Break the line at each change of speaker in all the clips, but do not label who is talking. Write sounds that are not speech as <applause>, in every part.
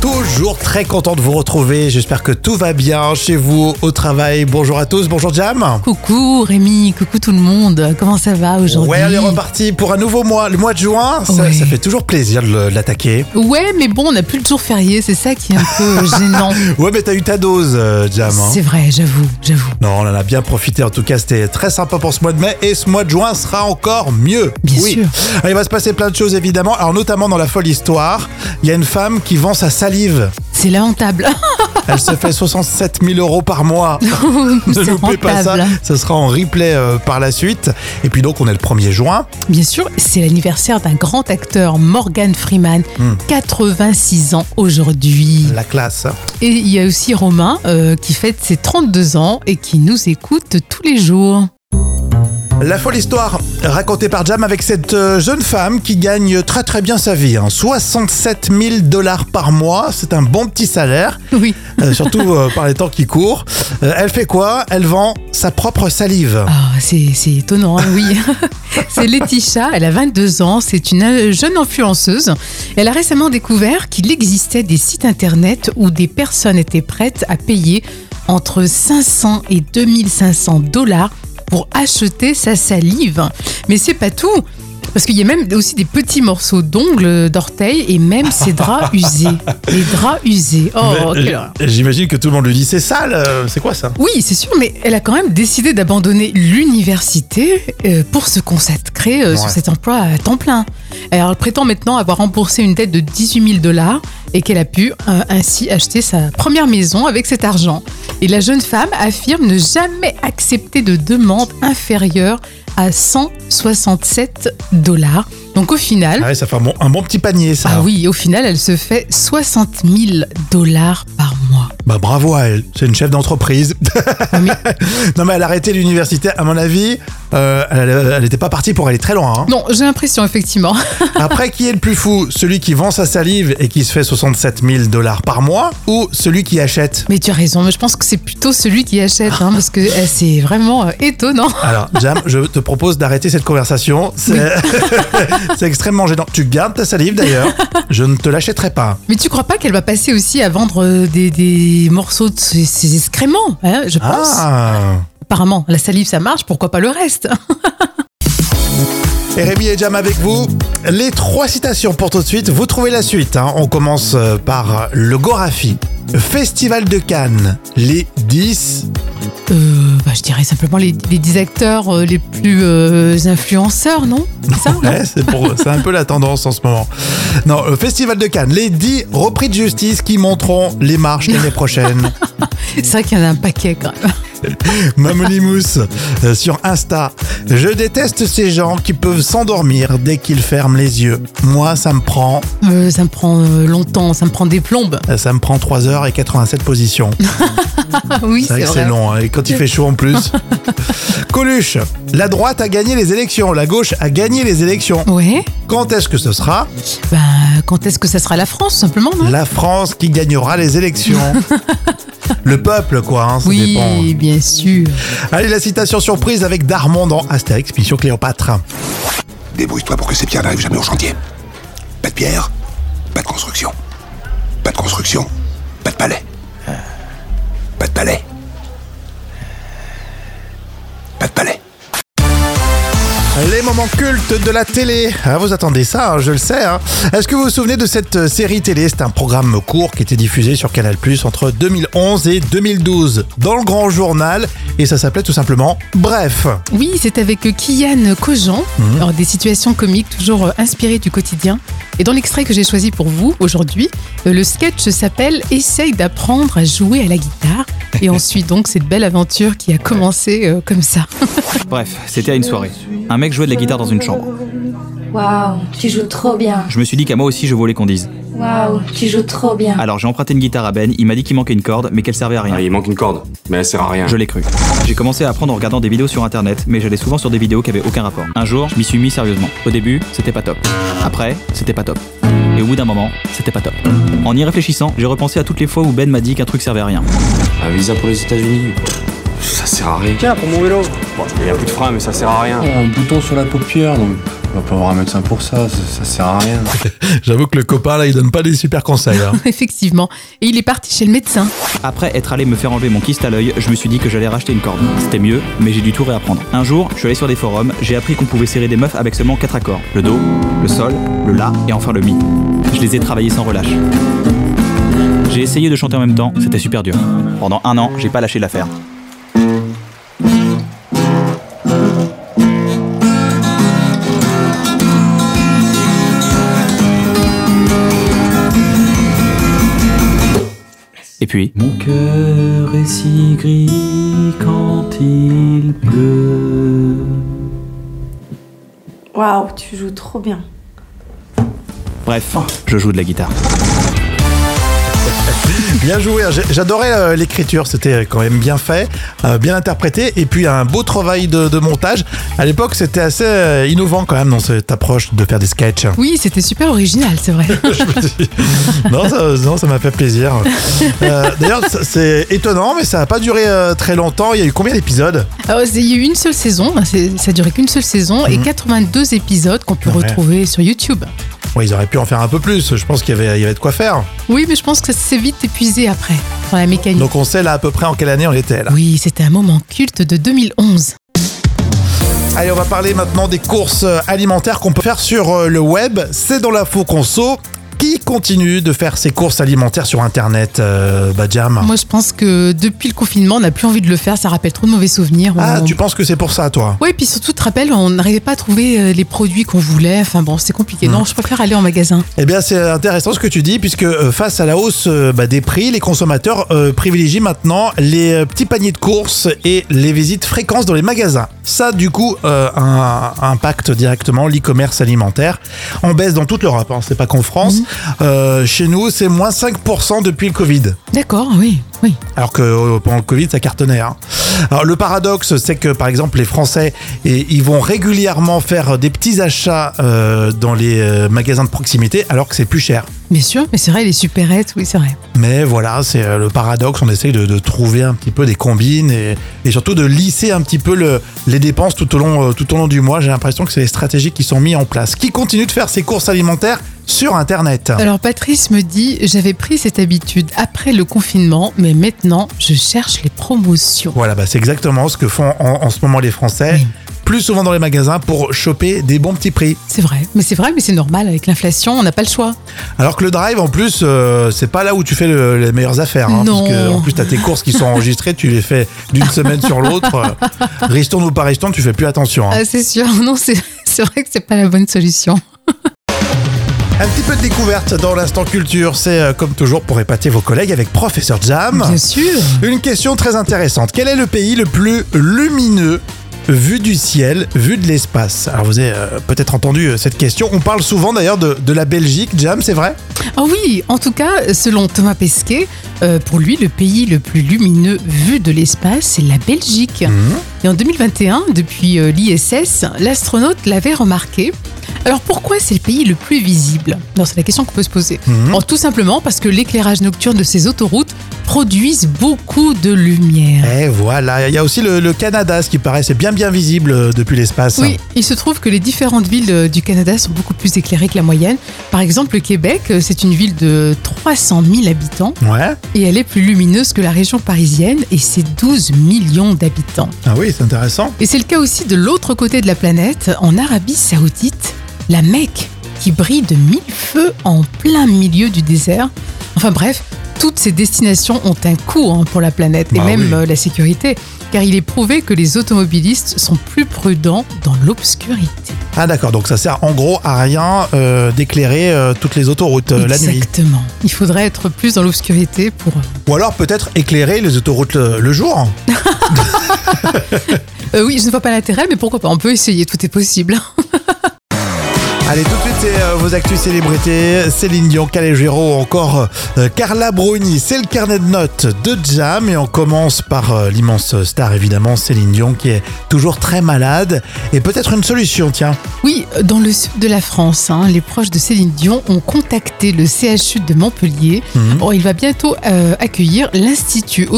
Toujours très content de vous retrouver. J'espère que tout va bien chez vous, au travail. Bonjour à tous. Bonjour Jam.
Coucou Rémi, coucou tout le monde. Comment ça va aujourd'hui
Ouais, on est reparti pour un nouveau mois. Le mois de juin, ça,
Ouais.
ça fait toujours plaisir de le- de l'attaquer.
Ouais, mais bon, on n'a plus le jour férié, c'est ça qui est un
<laughs>
peu gênant.
Ouais, mais t'as eu ta dose, euh, Jam. hein.
C'est vrai, j'avoue, j'avoue.
Non, on en a bien profité. En tout cas, c'était très sympa pour ce mois de mai et ce mois de juin sera encore mieux.
Bien
Oui.
sûr.
Alors, Il va se passer plein de choses évidemment. Alors, notamment dans la folle histoire, il y a une femme qui vend sa salive. <laughs>
C'est lamentable. <laughs>
Elle se fait <laughs> 67 000 euros par mois. Ne
c'est
loupez pas ça.
rentable.
Ça sera en replay euh, par la suite. Et puis donc, on est le 1er juin.
Bien sûr, c'est l'anniversaire d'un grand acteur, Morgan Freeman,
Hmm.
86 ans aujourd'hui.
La classe.
Et il y a aussi Romain euh, qui fête ses 32 ans et qui nous écoute tous les jours. <laughs>
La folle histoire racontée par Jam avec cette euh, jeune femme qui gagne très très bien sa vie. hein. 67 000 dollars par mois. C'est un bon petit salaire.
Oui.
Euh, <laughs> surtout euh, par les temps qui courent. Euh, elle fait quoi Elle vend sa propre salive.
Ah, c'est c'est étonnant, hein, oui. <laughs> c'est Laetitia, elle a 22 ans, c'est une euh, jeune influenceuse. Elle a récemment découvert qu'il existait des sites internet où des personnes étaient prêtes à payer entre 500 et 2500 dollars pour acheter sa salive. Mais c'est pas tout, parce qu'il y a même aussi des petits morceaux d'ongles, d'orteils et même ses draps usés. Les draps usés. Oh,
Mais,
quelle
euh,
horreur.
J'imagine que tout le monde lui dit c'est sale, euh, c'est quoi ça
Oui, c'est sûr, mais elle a quand même décidé d'abandonner l'université euh, pour se consacrer euh, sur
Ouais.
cet emploi à temps plein. Alors, elle prétend maintenant avoir remboursé une dette de 18 000 dollars et qu'elle a pu euh, ainsi acheter sa première maison avec cet argent. Et la jeune femme affirme ne jamais accepter de demande inférieure à 167 dollars. Donc au final,
Ah ouais, Ça fait un bon, un bon petit panier ça.
ah oui, au final, elle se fait 60 000 dollars par mois.
Bah bravo à elle, c'est une chef d'entreprise. <laughs> non mais elle a arrêté l'université, à mon avis, euh, elle n'était pas partie pour aller très
<laughs>
loin. hein.
Non, j'ai l'impression effectivement.
Après, qui est le plus fou Celui qui vend sa salive et qui se fait 67 000 dollars par mois ou celui qui achète
Mais tu as raison, mais je pense que c'est plutôt celui qui achète, hein, parce que eh, c'est vraiment euh, étonnant. <laughs>
Alors, Jam, je te propose d'arrêter cette conversation. C'est <laughs> c'est extrêmement gênant. Tu gardes ta salive d'ailleurs. Je ne te l'achèterai pas.
Mais tu crois pas qu'elle va passer aussi à vendre euh, des, des morceaux de ses, ses excréments hein, Je pense.
Ah
Apparemment, la salive, ça marche, pourquoi pas le reste <laughs>
Et Rémi et Jam avec vous. Les trois citations pour tout de suite. Vous trouvez la suite. hein. On commence euh, par le Gorafi. Festival de Cannes. Les 10.
euh, bah, Je dirais simplement les, les 10 acteurs euh, les plus euh, influenceurs, non C'est ça, non
Ouais, Eh, c'est pour- c'est un peu la tendance en ce moment. Non, euh, Festival de Cannes. Les 10 repris de justice qui monteront les marches l'année prochaine.
C'est vrai qu'il y en a un paquet quand même.
Mamonimous euh, sur Insta. Je déteste ces gens qui peuvent s'endormir dès qu'ils ferment les yeux. Moi, ça me prend,
Euh, ça me prend euh, longtemps, ça me prend des plombes.
euh, ça me prend 3 heures et 87 positions.
Ah oui,
C'est vrai que c'est long, hein, et quand il fait chaud en <laughs> plus. Coluche, la droite a gagné les élections, la gauche a gagné les élections.
Ouais,
Quand est-ce que ce sera
bah, quand est-ce que ça sera la France, simplement, non
La France qui gagnera les <laughs> élections Le peuple, quoi, hein, ça
Oui,
dépend.
bien sûr.
Allez, la citation surprise avec Darmon dans Astérix, Mission Cléopâtre.
Débrouille-toi pour que ces pierres n'arrivent jamais au chantier. Pas de pierre, pas de construction. Pas de construction, pas de palais. Pas de palais. Pas de palais.
Les moments cultes de la télé. Ah, vous attendez ça, hein, je le sais. hein. Est-ce que vous vous souvenez de cette euh, série télé C'est un programme court qui était diffusé sur Canal Plus entre 2011 et 2012 dans le Grand Journal et ça s'appelait tout simplement Bref.
Oui, c'est avec Kian Kojan.
Mhm.
Alors, des situations comiques toujours euh, inspirées du quotidien. Et dans l'extrait que j'ai choisi pour vous aujourd'hui, euh, le sketch s'appelle Essaye d'apprendre à jouer à la guitare. Et on suit donc cette belle aventure qui a commencé euh, comme ça. <laughs>
Bref, c'était à une soirée. Un mec jouait de la guitare dans une chambre.
Waouh, tu joues trop bien.
Je me suis dit qu'à moi aussi je voulais qu'on dise.
Waouh, tu joues trop bien.
Alors j'ai emprunté une guitare à Ben, il m'a dit qu'il manquait une corde, mais qu'elle servait à
Ah,
rien.
il manque une corde, mais elle sert à rien.
Je l'ai cru. J'ai commencé à apprendre en regardant des vidéos sur internet, mais j'allais souvent sur des vidéos qui avaient aucun rapport. Un jour, je m'y suis mis sérieusement. Au début, c'était pas top. Après, c'était pas top. Et au bout d'un moment, c'était pas top. En y réfléchissant, j'ai repensé à toutes les fois où Ben m'a dit qu'un truc servait à rien.
Un visa pour les États-Unis,
Oh,
ça sert à rien. Tiens, pour mon vélo. Il y a plus de frein, mais ça sert à rien.
Un bouton sur la paupière, donc On va pas voir un médecin pour ça, ça, ça sert à rien.
J'avoue que le copain, là, il donne pas des super conseils. hein.
Effectivement. Et il est parti chez le médecin.
Après être allé me faire enlever mon kyste à l'œil, je me suis dit que j'allais racheter une corde. C'était mieux, mais j'ai dû tout réapprendre. Un jour, je suis allé sur des forums, j'ai appris qu'on pouvait serrer des meufs avec seulement 4 accords. Le Do, le Sol, le La et enfin le Mi. Je les ai travaillés sans relâche. J'ai essayé de chanter en même temps, c'était super dur. Pendant un an, j'ai pas lâché l'affaire. Et puis,
Mon cœur est si gris quand il pleut.
Waouh, tu joues trop bien.
bref, je joue de la guitare.
<laughs> Bien joué, hein. J'ai- j'adorais euh, l'écriture, c'était quand même bien fait, euh, bien interprété, et puis un beau travail de, de montage. À l'époque, c'était assez euh, innovant quand même dans cette approche de faire des sketchs.
Oui, c'était super original,
<laughs>
c'est vrai.
Je me dis- non, ça, non, ça m'a fait plaisir. Euh, D'ailleurs, ça- c'est étonnant, mais ça n'a pas duré euh, très longtemps. Il y a eu combien d'épisodes
Alors, c'est- il y a eu une seule saison, hein, c'est- ça a duré qu'une seule saison, et 82 épisodes qu'on peut
Mhm. Ouais.
retrouver sur YouTube.
Ouais, Ils auraient pu en faire un peu plus. Je pense qu'il y avait, il y avait de quoi faire.
Oui, mais je pense que ça s'est vite épuisé après, dans la mécanique.
Donc on sait là à peu près en quelle année on était. Là.
Oui, c'était un moment culte de 2011.
Allez, on va parler maintenant des courses euh, alimentaires qu'on peut faire sur euh, le web. C'est dans l'info conso. Qui continue de faire ses courses alimentaires sur Internet, euh, Badjam
Moi, je pense que depuis le confinement, on n'a plus envie de le faire, ça rappelle trop de mauvais souvenirs.
Ah,
On-
tu penses que c'est pour ça, toi
Oui, puis surtout, tu te rappelles, on n'arrivait pas à trouver euh, les produits qu'on voulait. Enfin bon, c'est compliqué.
Mm.
Non, je préfère aller en magasin.
Eh bien, c'est intéressant ce que tu dis, puisque euh, face à la hausse euh, bah, des prix, les consommateurs euh, privilégient maintenant les euh, petits paniers de courses et les visites fréquentes dans les magasins. Ça, du coup, euh, un- impacte directement l'e-commerce alimentaire. En baisse dans toute l'Europe, hein, c'est pas qu'en France. Euh, chez nous, c'est moins 5% depuis le Covid.
D'accord, oui, oui.
Alors que euh, pendant le Covid, ça cartonnait. hein. Alors le paradoxe, c'est que par exemple les Français, et, ils vont régulièrement faire des petits achats euh, dans les euh, magasins de proximité, alors que c'est plus cher.
Bien sûr, mais c'est vrai, les supérettes, oui, c'est vrai.
Mais voilà, c'est euh, le paradoxe. On essaye de, de trouver un petit peu des combines et, et surtout de lisser un petit peu le- les dépenses tout au long, euh, tout au long du mois. J'ai l'impression que c'est les stratégies qui sont mises en place. Qui continue de faire ses courses alimentaires sur Internet
Alors, Patrice me dit J'avais pris cette habitude après le confinement, mais maintenant, je cherche les promotions.
Voilà, bah, c'est exactement ce que font en, en ce moment les Français,
Oui.
plus souvent dans les magasins pour choper des bons petits prix.
C'est vrai, mais c'est vrai, mais c'est normal. Avec l'inflation, on n'a pas le choix.
Alors que le drive, en plus, euh, c'est pas là où tu fais le- les meilleures affaires. Hein,
Non.
parce que, en plus, t'as tes courses qui sont enregistrées, tu les fais d'une semaine sur
<laughs>
l'autre. Euh, Ristourne ou pas ristourne, tu fais plus attention. hein.
Ah, c'est sûr, <laughs> non, c'est c'est vrai que c'est pas la bonne solution.
Un petit peu de découverte dans l'instant culture, c'est euh, comme toujours pour épater vos collègues avec Professeur Jam.
Bien sûr.
Une question très intéressante. Quel est le pays le plus lumineux vu du ciel, vu de l'espace Alors vous avez euh, peut-être entendu euh, cette question. On parle souvent d'ailleurs de, de la Belgique, Jam, c'est vrai
Ah oui, en tout cas, selon Thomas Pesquet, euh, pour lui, le pays le plus lumineux vu de l'espace, c'est la Belgique. Et en 2021, depuis euh, l'ISS, l'astronaute l'avait remarqué. Alors pourquoi c'est le pays le plus visible Non, c'est la question qu'on peut se poser.
Mhm.
Bon, tout simplement parce que l'éclairage nocturne de ces autoroutes produisent beaucoup de lumière.
Et Eh, voilà, il y a aussi le, le Canada, ce qui paraît, c'est bien bien visible euh, depuis l'espace.
Oui, il se trouve que les différentes villes euh, du Canada sont beaucoup plus éclairées que la moyenne. Par exemple, le Québec, euh, c'est une ville de 300 000 habitants
Ouais.
et elle est plus lumineuse que la région parisienne et ses 12 millions d'habitants.
Ah oui, c'est intéressant.
Et c'est le cas aussi de l'autre côté de la planète, en Arabie Saoudite, la Mecque, qui brille de mille feux en plein milieu du désert. Enfin bref, toutes ces destinations ont un coût hein, pour la planète et
Bah
même
oui.
euh, la sécurité, car il est prouvé que les automobilistes sont plus prudents dans l'obscurité.
Ah d'accord, donc ça sert en gros à rien euh, d'éclairer euh, toutes les autoroutes euh, la nuit.
Exactement. Il faudrait être plus dans l'obscurité pour...
Ou alors peut-être éclairer les autoroutes le- le jour.
Euh, oui, je ne vois pas l'intérêt, mais pourquoi pas On peut essayer, tout est possible.
Allez, tout de suite, c'est euh, vos actus célébrités. Céline Dion, Calégero, encore euh, Carla Bruni. C'est le carnet de notes de Jam. Et on commence par euh, l'immense star, évidemment, Céline Dion, qui est toujours très malade. Et peut-être une solution, tiens.
Oui, dans le sud de la France, hein, les proches de Céline Dion ont contacté le CHU de Montpellier.
Mhm.
Bon, il va bientôt euh, accueillir l'Institut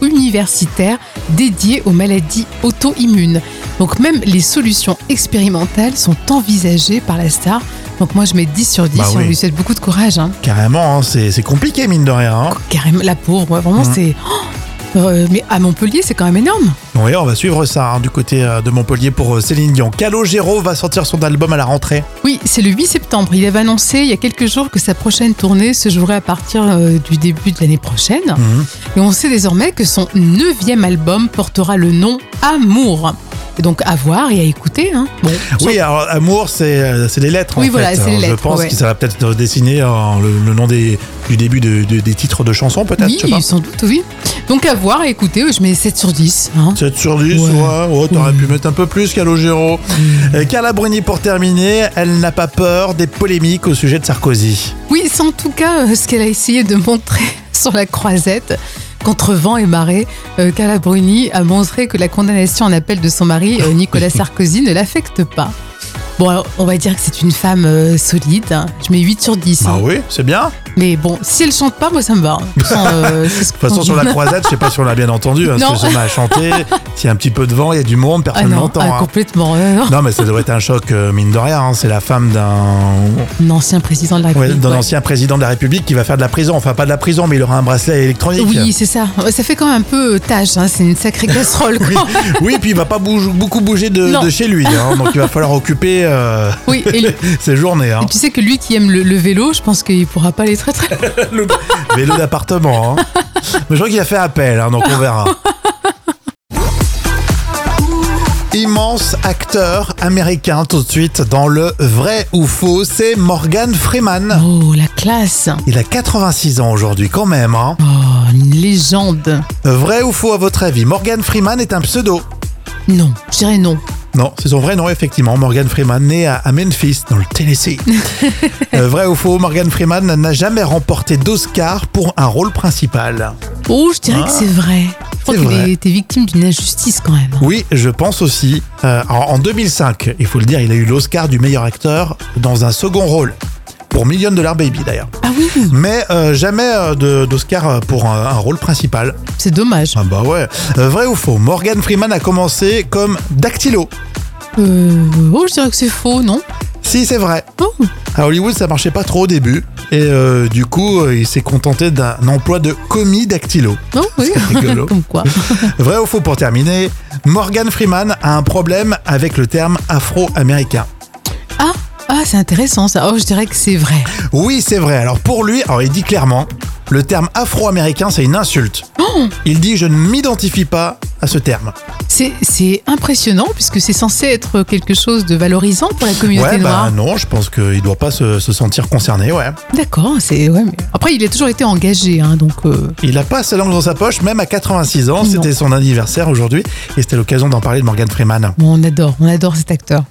hospitalo-universitaire dédié aux maladies auto-immunes. Donc même les solutions expérimentales sont envisagées par la star. Donc moi je mets 10 sur 10
Bah
et on
oui.
lui souhaite beaucoup de courage. hein.
Carrément, hein, c'est c'est compliqué, mine de rien. hein.
Carrément, la pauvre, ouais, vraiment
Mhm.
c'est... Oh Euh, mais à Montpellier c'est quand même énorme.
Oui, on va suivre ça hein, du côté euh, de Montpellier pour euh, Céline Dion. Calogero va sortir son album à la rentrée.
Oui, c'est le 8 septembre. Il avait annoncé il y a quelques jours que sa prochaine tournée se jouerait à partir euh, du début de l'année prochaine.
Mhm.
Et on sait désormais que son neuvième album portera le nom Amour. Et donc à voir et à écouter. Hein. Bon,
Oui, alors amour, c'est euh, c'est les lettres.
Oui,
en
voilà,
fait.
c'est les
Alors, Je
lettres,
pense
ouais.
que ça va peut-être nous dessiner euh, le, le nom des, du début de- de- des titres de chansons, peut-être. je sais pas.
oui, sans doute, oui. Donc à voir et écouter, je mets 7 sur 10. hein.
7 sur 10, ouais.
Ouais.
Oh, t'aurais
Ouais. Mm.
pu mettre un peu plus Calogero. Euh, Carla Bruni, pour terminer, elle n'a pas peur des polémiques au sujet de Sarkozy.
Oui, c'est en tout cas euh, ce qu'elle a essayé de montrer <laughs> sur la croisette. Contre vent et marée, euh, Carla Bruni a montré que la condamnation en appel de son mari,
<laughs>
euh, Nicolas Sarkozy, ne l'affecte pas. Bon, alors, on va dire que c'est une femme euh, solide. hein. Je mets 8 sur 10. hein.
oui, c'est bien.
Mais bon, si elle chante pas, moi ça
<laughs>
me va. hein. Sans, euh, c'est
De
ce
toute façon,
qu'on
sur
dit.
la croisette, je sais pas si on l'a bien entendu, hein,
Non.
parce que ça m'a chanté. S'il y a un petit peu de vent, il y a du monde,
Ah
personne
non,
n'entend.
ah,
hein.
complètement. euh, non.
Non, mais ça doit être un choc, euh, mine de rien. hein. C'est la femme d'un
Un ancien président de la
ouais,
République.
d'un
ouais.
ancien président de la République qui va faire de la prison. Enfin, pas de la prison, mais il aura un bracelet électronique.
Oui, c'est ça. Ça fait quand même un peu tâche. hein. C'est
<laughs>
une sacrée casserole.
Oui,
quoi.
oui, puis il va pas bouge- beaucoup bouger de,
Non.
de chez lui. hein. donc il va falloir occuper euh,
Oui, et, et
<laughs> ses journées. Hein.
tu sais que lui qui aime le, le vélo, je pense qu'il pourra pas aller très très loin.
Vélo d'appartement. hein. Mais je crois qu'il a fait appel, hein, donc on verra. Immense acteur américain tout de suite dans le vrai ou faux, c'est Morgan Freeman.
Oh, la classe.
Il a 86 ans aujourd'hui quand même. hein.
Oh, une légende.
Vrai ou faux à votre avis Morgan Freeman est un pseudo.
Non, je dirais non.
Non, c'est son vrai nom, effectivement. Morgan Freeman, né à, à Memphis, dans le Tennessee. Euh, vrai ou faux, Morgan Freeman n'a jamais remporté d'Oscar pour un rôle principal.
Oh, je dirais que c'est vrai. Je crois
Ah. C'est
que
vrai.
t'es- t'es victime d'une injustice quand même.
Oui, je pense aussi. Euh, en, en 2005, il faut le dire, il a eu l'Oscar du meilleur acteur dans un second rôle. Pour Million Dollar Baby, d'ailleurs.
Ah oui,
Mais euh, jamais euh, de- d'Oscar pour un, un rôle principal.
c'est dommage.
Ah bah ouais. Euh, vrai ou faux, Morgan Freeman a commencé comme dactylo. Ah.
Euh, oh, je dirais que c'est faux, non
Si, c'est vrai.
Oh,
À Hollywood, ça marchait pas trop au début. Et euh, du coup, euh, il s'est contenté d'un emploi de commis dactylo.
oh oui.
C'est rigolo.
<laughs> Comme quoi.
Vrai ou faux pour terminer, Morgan Freeman a un problème avec le terme afro-américain.
Ah, ah c'est intéressant ça. Oh, je dirais que c'est vrai.
Oui, c'est vrai. Alors pour lui, alors il dit clairement, le terme afro-américain, c'est une insulte. Il dit, je ne m'identifie pas à ce terme.
C'est- C'est impressionnant puisque c'est censé être quelque chose de valorisant pour la communauté
ouais, bah
noire.
non, je pense qu'il doit pas se, se sentir concerné, ouais.
D'accord, c'est. ouais, mais- Après, il a toujours été engagé, hein, donc. euh,
Il n'a pas sa langue dans sa poche, même à 86 ans.
Non.
C'était son anniversaire aujourd'hui et c'était l'occasion d'en parler de Morgan Freeman.
bon, on adore, on adore cet acteur.